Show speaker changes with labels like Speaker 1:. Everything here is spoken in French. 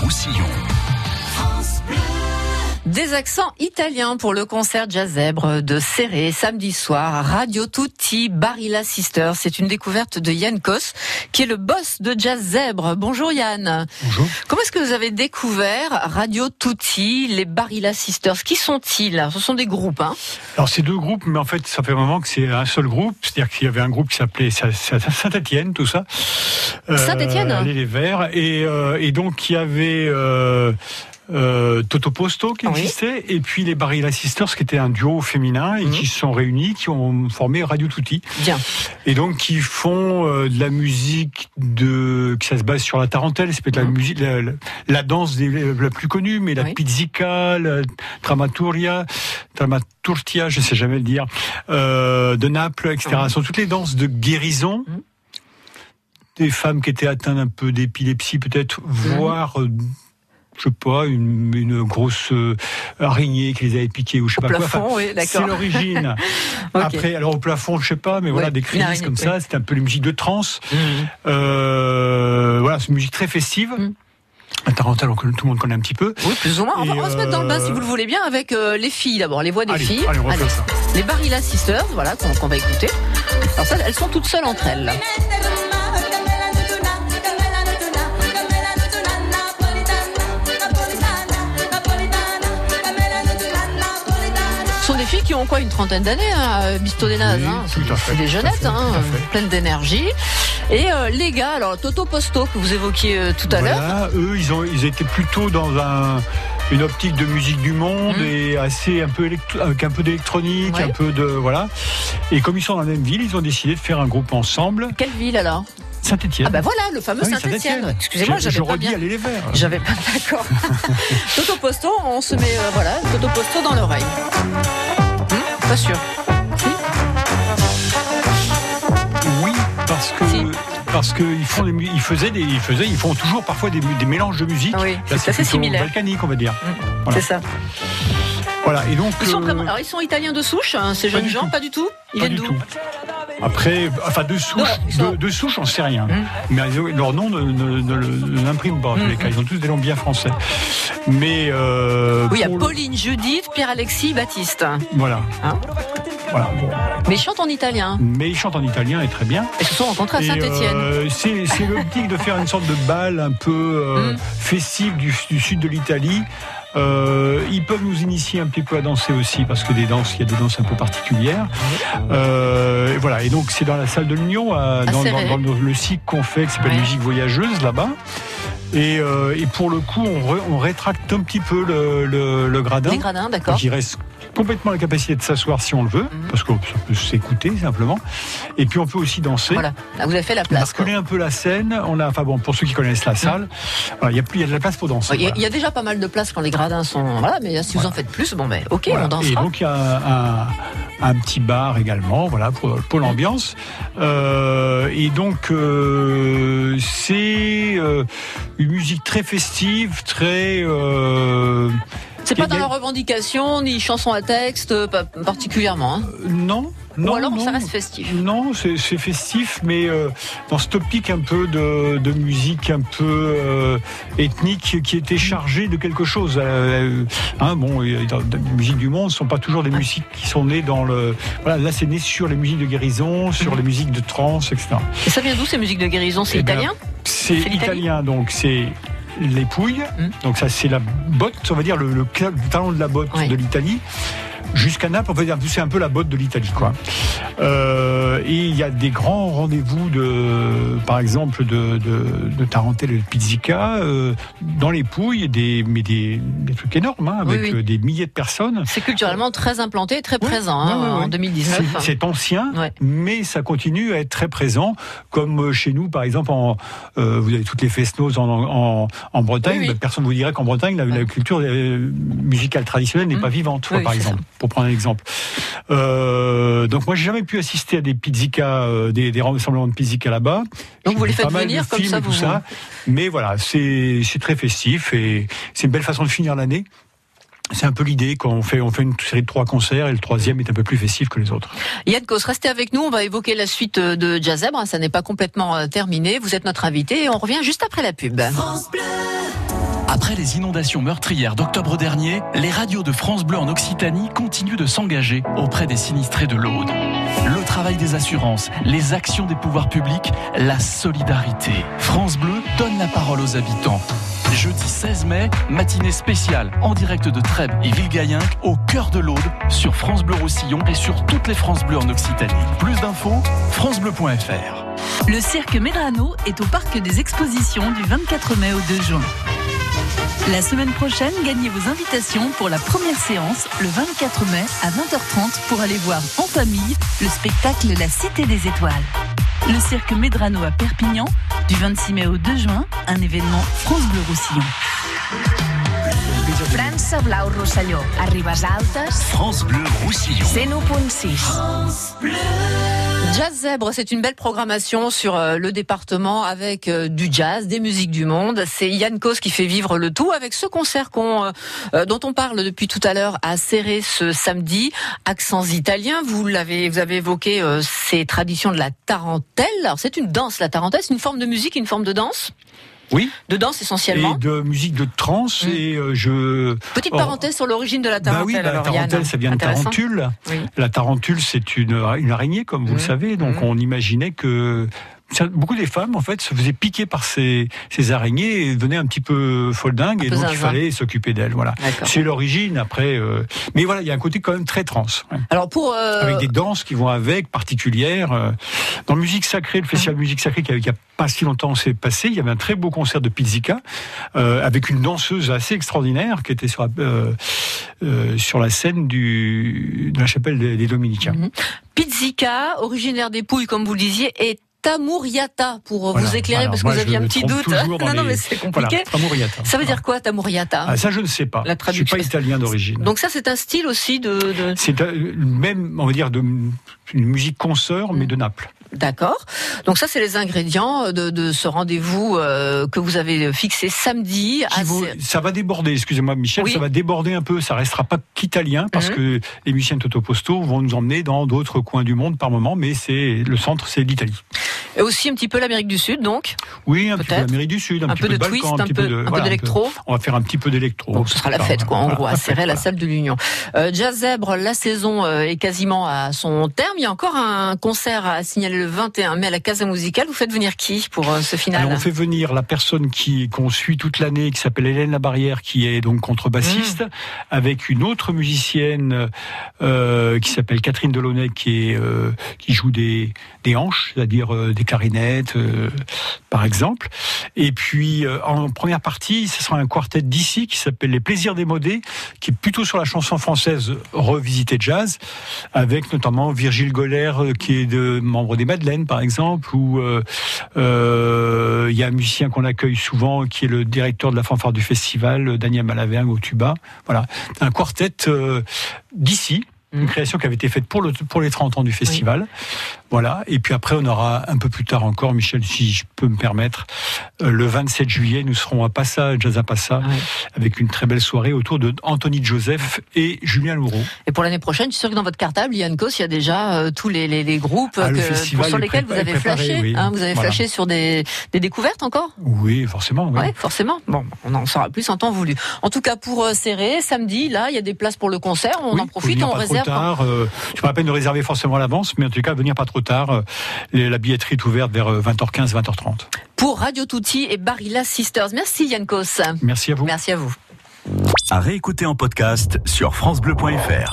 Speaker 1: Roussillon.
Speaker 2: Des accents italiens pour le concert Jazzèbre de Serré samedi soir à Radio Tutti Barilla Sisters. C'est une découverte de Yann Kos, qui est le boss de Jazzèbre. Bonjour Yann.
Speaker 3: Bonjour.
Speaker 2: Comment est-ce que vous avez découvert Radio Tutti, les Barilla Sisters Qui sont-ils Ce sont des groupes, hein
Speaker 3: Alors c'est deux groupes, mais en fait ça fait un moment que c'est un seul groupe. C'est-à-dire qu'il y avait un groupe qui s'appelait Saint-Étienne, tout ça.
Speaker 2: Saint-Étienne
Speaker 3: Allez les Verts. Et, euh, et donc il y avait... euh, euh, Toto Posto qui
Speaker 2: Oui.
Speaker 3: existait, et puis les Barilla Sisters qui était un duo féminin et
Speaker 2: Mhm.
Speaker 3: qui se sont réunis, qui ont formé Radio Tutti,
Speaker 2: Bien.
Speaker 3: et donc qui font euh, de la musique de qui ça se base sur la tarentelle, c'est peut-être la
Speaker 2: Mhm.
Speaker 3: musique, la, la- la danse des, la plus connue, mais la
Speaker 2: Oui.
Speaker 3: pizzica, la tramaturia, tramaturtia, je sais jamais le dire, euh, de Naples, etc.
Speaker 2: Mhm.
Speaker 3: Ce sont toutes les danses de guérison.
Speaker 2: Mhm.
Speaker 3: Des femmes qui étaient atteintes un peu d'épilepsie, peut-être,
Speaker 2: Mmh.
Speaker 3: voire euh, je sais pas, une, une grosse euh, araignée qui les avait piqués ou je sais pas Bah, quoi. Enfin,
Speaker 2: Plafond, oui,
Speaker 3: c'est
Speaker 2: d'accord.
Speaker 3: l'origine.
Speaker 2: Ok.
Speaker 3: Après, alors au plafond, je sais pas, mais voilà,
Speaker 2: Ouais,
Speaker 3: des
Speaker 2: une
Speaker 3: crises
Speaker 2: araignée,
Speaker 3: comme
Speaker 2: oui.
Speaker 3: ça, c'est un peu une musique de trance.
Speaker 2: Mhm.
Speaker 3: Euh, voilà, c'est une musique très festive.
Speaker 2: Mm.
Speaker 3: La tarentelle, on connaît- tout le monde connaît un petit peu.
Speaker 2: Oui, plus ou moins. On va,
Speaker 3: Et
Speaker 2: on va se mettre dans le bain
Speaker 3: euh,
Speaker 2: si vous le voulez bien avec euh, les filles d'abord, les voix des
Speaker 3: allez,
Speaker 2: filles.
Speaker 3: allez, on va faire ça.
Speaker 2: Les Barilla Sisters, voilà, qu'on qu'on va écouter. Alors ça, elles sont toutes seules entre elles. là. Ce sont des filles qui ont quoi, une trentaine d'années, hein, Bisto des Nazes,
Speaker 3: Oui,
Speaker 2: hein.
Speaker 3: tout à fait,
Speaker 2: C'est des
Speaker 3: tout à
Speaker 2: jeunettes,
Speaker 3: fait,
Speaker 2: hein,
Speaker 3: tout à fait.
Speaker 2: pleines d'énergie. Et euh, les gars, alors Toto Posto que vous évoquiez euh, tout à l'heure.
Speaker 3: Voilà, eux, ils, ont, ils étaient plutôt dans un, une optique de musique du monde
Speaker 2: Mm.
Speaker 3: et assez un peu électro- avec un peu d'électronique,
Speaker 2: Ouais.
Speaker 3: un peu de voilà. Et comme ils sont dans la même ville, ils ont décidé de faire un groupe ensemble.
Speaker 2: Quelle ville alors
Speaker 3: Saint-Étienne.
Speaker 2: Ah bah voilà, le fameux
Speaker 3: Ah Eh oui,
Speaker 2: Saint-Étienne.
Speaker 3: Saint-Étienne.
Speaker 2: Excusez-moi,
Speaker 3: Je-
Speaker 2: j'avais
Speaker 3: je
Speaker 2: pas
Speaker 3: redis,
Speaker 2: bien.
Speaker 3: allez les verts.
Speaker 2: J'avais pas d'accord. Toto Posto, on se met euh, voilà, Toto Posto dans l'oreille. Hmm, pas sûr.
Speaker 3: Oui, parce que
Speaker 2: Si.
Speaker 3: parce que ils font des mu- ils faisaient des ils faisaient ils font toujours parfois des, mu- des mélanges de musique.
Speaker 2: Ah oui, c'est
Speaker 3: Là,
Speaker 2: assez
Speaker 3: plutôt
Speaker 2: similaire.
Speaker 3: Balkanique, on va dire. Voilà.
Speaker 2: C'est ça.
Speaker 3: Voilà. Et donc
Speaker 2: Ils sont
Speaker 3: euh,
Speaker 2: vraiment- Alors ils sont italiens de souche, hein, ces
Speaker 3: Pas
Speaker 2: jeunes
Speaker 3: du
Speaker 2: gens,
Speaker 3: tout.
Speaker 2: pas du tout. Ils
Speaker 3: pas
Speaker 2: viennent
Speaker 3: du
Speaker 2: d'où
Speaker 3: tout. Après, enfin de souche,
Speaker 2: Non, ils sont-
Speaker 3: de, de souche, on sait rien.
Speaker 2: Mm.
Speaker 3: Mais ils- leur nom ne, ne- ne le- ne l'imprime pas. en tous les cas. Ils ont tous des noms bien français. Mais euh,
Speaker 2: Oui, il y a
Speaker 3: pour le-
Speaker 2: Pauline, Judith, Pierre-Alexis, Baptiste.
Speaker 3: Voilà.
Speaker 2: Hein
Speaker 3: voilà. bon.
Speaker 2: Mais ils chantent en italien.
Speaker 3: Mais ils chantent en italien et très bien.
Speaker 2: Ils se sont rencontrés à
Speaker 3: Et,
Speaker 2: Saint-Etienne.
Speaker 3: euh, c'est c'est l'optique de faire une sorte de bal un peu euh,
Speaker 2: Mm.
Speaker 3: festive du, du sud de l'Italie. Euh, ils peuvent nous initier un petit peu à danser aussi parce que des danses, il y a des danses un peu
Speaker 2: Mm.
Speaker 3: particulières. Euh, et voilà. Et donc c'est dans la salle de l'Union, à- dans,
Speaker 2: Serré.
Speaker 3: dans- dans le cycle qu'on fait qui s'appelle
Speaker 2: Ah, Ouais.
Speaker 3: Musique Voyageuse là-bas. Et, euh, et pour le coup, on, re- on rétracte un petit peu le, le- le gradin.
Speaker 2: Les gradins, d'accord.
Speaker 3: qui reste complètement la capacité de s'asseoir si on le veut,
Speaker 2: Mhm.
Speaker 3: parce qu'on peut s'écouter simplement. Et puis on peut aussi danser.
Speaker 2: Voilà, Ah, vous avez fait la
Speaker 3: On a
Speaker 2: place. quoi.
Speaker 3: reculé un peu la scène. On a, enfin bon, pour ceux qui connaissent la salle, voilà, il y a plus, il y a de la place pour danser.
Speaker 2: Mm. Il y, a-
Speaker 3: voilà.
Speaker 2: il y a déjà pas mal de places quand les gradins sont. Voilà, mais euh, si vous en faites plus, bon, ben, ok,
Speaker 3: Voilà.
Speaker 2: on
Speaker 3: Et
Speaker 2: dansera.
Speaker 3: donc il y a un, un petit bar également, voilà pour, pour l'ambiance. Euh, et donc euh, c'est euh, une musique très festive, très. euh,
Speaker 2: C'est
Speaker 3: il y
Speaker 2: pas
Speaker 3: a-
Speaker 2: dans
Speaker 3: il y
Speaker 2: la
Speaker 3: a-
Speaker 2: revendication, ni chanson à texte, euh, pas particulièrement. hein.
Speaker 3: non, Euh, non,
Speaker 2: Ou alors,
Speaker 3: non.
Speaker 2: ça reste festif.
Speaker 3: Non, c'est c'est festif, mais euh, dans ce topic un peu de, de musique un peu euh, ethnique qui était chargée de quelque chose. Euh, hein, bon, euh, dans- dans les musiques du monde ne sont pas toujours des musiques qui sont nées dans le. Voilà, là c'est né sur les musiques de guérison, sur les musiques de trance, etc.
Speaker 2: Et ça vient d'où ces musiques de guérison C'est
Speaker 3: Eh ben,
Speaker 2: italien
Speaker 3: C'est
Speaker 2: C'est l'Italie
Speaker 3: italien, donc c'est les pouilles.
Speaker 2: Mhm.
Speaker 3: Donc ça, c'est la botte, on va dire le, le cla- le talon de la botte
Speaker 2: Ouais.
Speaker 3: de l'Italie. Jusqu'à Naples, on va dire, c'est un peu la botte de l'Italie, quoi. Euh, et il y a des grands rendez-vous de, par exemple, de, de, de tarentelle et de pizzica euh, dans les Pouilles, des, mais des, des trucs énormes, hein, avec
Speaker 2: Oui, oui.
Speaker 3: euh, des milliers de personnes.
Speaker 2: C'est culturellement très implanté et très
Speaker 3: Oui,
Speaker 2: présent hein,
Speaker 3: euh, ouais, ouais, ouais.
Speaker 2: en 2019.
Speaker 3: C'est- C'est ancien,
Speaker 2: Ouais.
Speaker 3: mais ça continue à être très présent, comme euh, chez nous, par exemple, en, euh, vous avez toutes les festnos en, en, en Bretagne.
Speaker 2: Oui, oui.
Speaker 3: Bah, personne ne vous dirait qu'en Bretagne, la, la
Speaker 2: Ouais.
Speaker 3: culture euh, musicale traditionnelle n'est
Speaker 2: Mhm.
Speaker 3: pas vivante, quoi,
Speaker 2: Oui,
Speaker 3: par
Speaker 2: c'est
Speaker 3: exemple, pour prendre un exemple. Euh, donc moi, j'ai jamais pu assister à des pizzicas, euh, des, des rassemblements de pizzicas là-bas.
Speaker 2: Donc,
Speaker 3: J'ai
Speaker 2: vous les
Speaker 3: vu
Speaker 2: faites
Speaker 3: pas mal de
Speaker 2: venir, comme
Speaker 3: films
Speaker 2: ça,
Speaker 3: et tout
Speaker 2: vous-
Speaker 3: ça. Mais voilà, c'est c'est très festif et c'est une belle façon de finir l'année. C'est un peu l'idée quand on fait, on fait une série de trois concerts et le troisième est un peu plus festif que les autres.
Speaker 2: Yann Kos, restez avec nous. On va évoquer la suite euh, de Jazzèbre. hein, Ça n'est pas complètement euh, terminé. Vous êtes notre invité et on revient juste après la pub.
Speaker 1: Après les inondations meurtrières d'octobre dernier, les radios de France Bleu en Occitanie continuent de s'engager auprès des sinistrés de l'Aude. Le travail des assurances, les actions des pouvoirs publics, la solidarité. France Bleu donne la parole aux habitants. Jeudi 16 mai, matinée spéciale en direct de Trèbes et Villegayenc au cœur de l'Aude sur France Bleu Roussillon et sur toutes les France Bleu en Occitanie. Plus d'infos, francebleu.fr.
Speaker 4: Le cirque Mérano est au parc des expositions du 24 mai au 2 juin. La semaine prochaine, gagnez vos invitations pour la première séance le 24 mai à 20h30 pour aller voir en famille le spectacle La Cité des Étoiles. Le cirque Medrano à Perpignan, du 26 mai au 2 juin, un événement France Bleu Roussillon.
Speaker 5: França Blau Rosselló, a Ribes Altes,
Speaker 1: France Bleu Roussillon.
Speaker 5: 101.6.
Speaker 2: Jazz Zèbre, c'est une belle programmation sur euh, le département avec euh, du jazz, des musiques du monde. C'est Yann Cos qui fait vivre le tout avec ce concert qu'on, euh, euh, dont on parle depuis tout à l'heure à Serré ce samedi. Accents italiens, vous l'avez, vous avez évoqué euh, ces traditions de la tarentelle. Alors c'est une danse, la tarentelle, c'est une forme de musique, une forme de danse,
Speaker 3: Oui,
Speaker 2: de danse essentiellement.
Speaker 3: et de musique de trance.
Speaker 2: Mm.
Speaker 3: Et euh, je.
Speaker 2: Petite
Speaker 3: Oh.
Speaker 2: parenthèse sur l'origine de la
Speaker 3: Bah oui,
Speaker 2: tarentelle.
Speaker 3: bah, la
Speaker 2: alors, Yann.
Speaker 3: tarentelle, ça vient de
Speaker 2: Intéressant.
Speaker 3: tarentule.
Speaker 2: Oui.
Speaker 3: La tarentule, c'est une, une araignée, comme vous
Speaker 2: Mhm.
Speaker 3: le savez. Donc,
Speaker 2: Mhm.
Speaker 3: on imaginait que ça- beaucoup des femmes, en fait, se faisaient piquer par ces, ces araignées et devenaient un petit peu folles dingues. Et
Speaker 2: peu
Speaker 3: donc, il
Speaker 2: zinzin.
Speaker 3: fallait s'occuper d'elles. Voilà.
Speaker 2: D'accord.
Speaker 3: C'est l'origine. Après, euh, mais voilà, il y a un côté quand même très trans, ouais.
Speaker 2: Alors pour euh,
Speaker 3: avec des danses qui vont avec, particulières. euh. Dans musique sacrée, le festival musique sacrée qui a- qui a pas si longtemps s'est passé, il y avait un très beau concert de Pizzica euh, avec une danseuse assez extraordinaire qui était sur la, euh, euh, sur la scène du, de la chapelle des, des Dominicains.
Speaker 2: Mhm. Pizzica, originaire des Pouilles, comme vous le disiez, et Tamuriata, pour
Speaker 3: Voilà,
Speaker 2: vous éclairer,
Speaker 3: voilà.
Speaker 2: parce que
Speaker 3: Moi,
Speaker 2: vous
Speaker 3: je
Speaker 2: aviez un
Speaker 3: me
Speaker 2: petit
Speaker 3: trompe
Speaker 2: doute.
Speaker 3: toujours dans
Speaker 2: non, non,
Speaker 3: les-
Speaker 2: mais c'est compliqué.
Speaker 3: Voilà, Amoriata.
Speaker 2: Ça veut dire quoi, Tamuriata
Speaker 3: Ah, ça, je ne sais pas.
Speaker 2: La
Speaker 3: je suis
Speaker 2: traduction.
Speaker 3: pas italien d'origine.
Speaker 2: Donc ça, c'est un style aussi de... de-
Speaker 3: c'est euh, même, on va dire, de, une musique consœur, mais de Naples.
Speaker 2: D'accord. Donc ça, c'est les ingrédients de, de ce rendez-vous euh, que vous avez fixé samedi.
Speaker 3: Qui
Speaker 2: à
Speaker 3: vaut-
Speaker 2: Cé-
Speaker 3: ça va déborder, excusez-moi Michel,
Speaker 2: Ah, Oui.
Speaker 3: ça va déborder un peu, ça restera pas qu'italien parce
Speaker 2: Mhm.
Speaker 3: que les musiciens de Toto Posto vont nous emmener dans d'autres coins du monde par moment, mais c'est le centre, c'est l'Italie.
Speaker 2: Et aussi un petit peu l'Amérique du Sud, donc.
Speaker 3: Oui, un petit peu
Speaker 2: Peut-être.
Speaker 3: l'Amérique du Sud, un,
Speaker 2: Un
Speaker 3: petit
Speaker 2: peu de
Speaker 3: le Balkan,
Speaker 2: twist, un peu
Speaker 3: de-
Speaker 2: un peu
Speaker 3: voilà, un peu-
Speaker 2: d'électro.
Speaker 3: On va faire un petit peu d'électro.
Speaker 2: Donc ce sera la fête, quoi, en
Speaker 3: Voilà,
Speaker 2: gros, à
Speaker 3: la
Speaker 2: serrer
Speaker 3: fête,
Speaker 2: la
Speaker 3: voilà.
Speaker 2: salle de l'Union. Euh, Jazz Zèbre, la saison euh, est quasiment à son terme. Il y a encore un concert à signaler le 21 mai à la Casa Musicale. Vous faites venir qui pour euh, ce final
Speaker 3: Alors, on fait venir la personne qui qu'on suit toute l'année, qui s'appelle Hélène Labarrière, qui est donc contrebassiste, avec une autre musicienne euh, qui s'appelle Catherine Delaunay, qui est euh, qui joue des des hanches, c'est-à-dire euh, des clarinettes, euh, par exemple. Et puis euh, en première partie, ce sera un quartet d'ici qui s'appelle Les Plaisirs démodés, qui est plutôt sur la chanson française revisitée jazz, avec notamment Virgile Goller, euh, qui est de, membre des Madeleines, par exemple, ou euh, euh, il y a un musicien qu'on accueille souvent, qui est le directeur de la fanfare du festival, euh, Daniel Malavergne au tuba. Voilà, un quartet euh, d'ici.
Speaker 2: Mhm.
Speaker 3: Une création qui avait été faite pour, le, pour les 30 ans du festival. Voilà. Et puis après, on aura un peu plus tard encore, Michel, si je peux me permettre, euh, le 27 juillet, nous serons à Passa, à Jazz à Passa,
Speaker 2: Ah Ouais.
Speaker 3: avec une très belle soirée autour de Anthony Joseph et Julien Loureau.
Speaker 2: Et pour l'année prochaine, je suis sûr que dans votre cartable, Yann Kos, il y a déjà euh, tous les, les, les groupes
Speaker 3: Ah, le
Speaker 2: que-
Speaker 3: festival
Speaker 2: pour- sur
Speaker 3: est
Speaker 2: lesquels vous
Speaker 3: prépa- est
Speaker 2: avez
Speaker 3: préparé,
Speaker 2: flashé.
Speaker 3: oui.
Speaker 2: hein, vous avez
Speaker 3: Voilà.
Speaker 2: flashé sur des, des découvertes encore
Speaker 3: Oui, forcément. oui.
Speaker 2: Ouais, forcément. Bon, on en saura plus en temps voulu. En tout cas, pour euh, serrer, samedi, là, il y a des places pour le concert. On
Speaker 3: Oui,
Speaker 2: en
Speaker 3: faut
Speaker 2: profite,
Speaker 3: venir
Speaker 2: on
Speaker 3: pas
Speaker 2: réserve.
Speaker 3: Trop tard, euh, c'est pas la peine de réserver forcément à l'avance, mais en tout cas, venir pas trop tard. euh, les- la billetterie est ouverte vers euh, 20h15, 20h30.
Speaker 2: Pour Radio Tutti et Barilla Sisters. Merci Yann Kos.
Speaker 3: Merci à vous.
Speaker 2: Merci à vous.
Speaker 6: À réécouter en podcast sur FranceBleu.fr.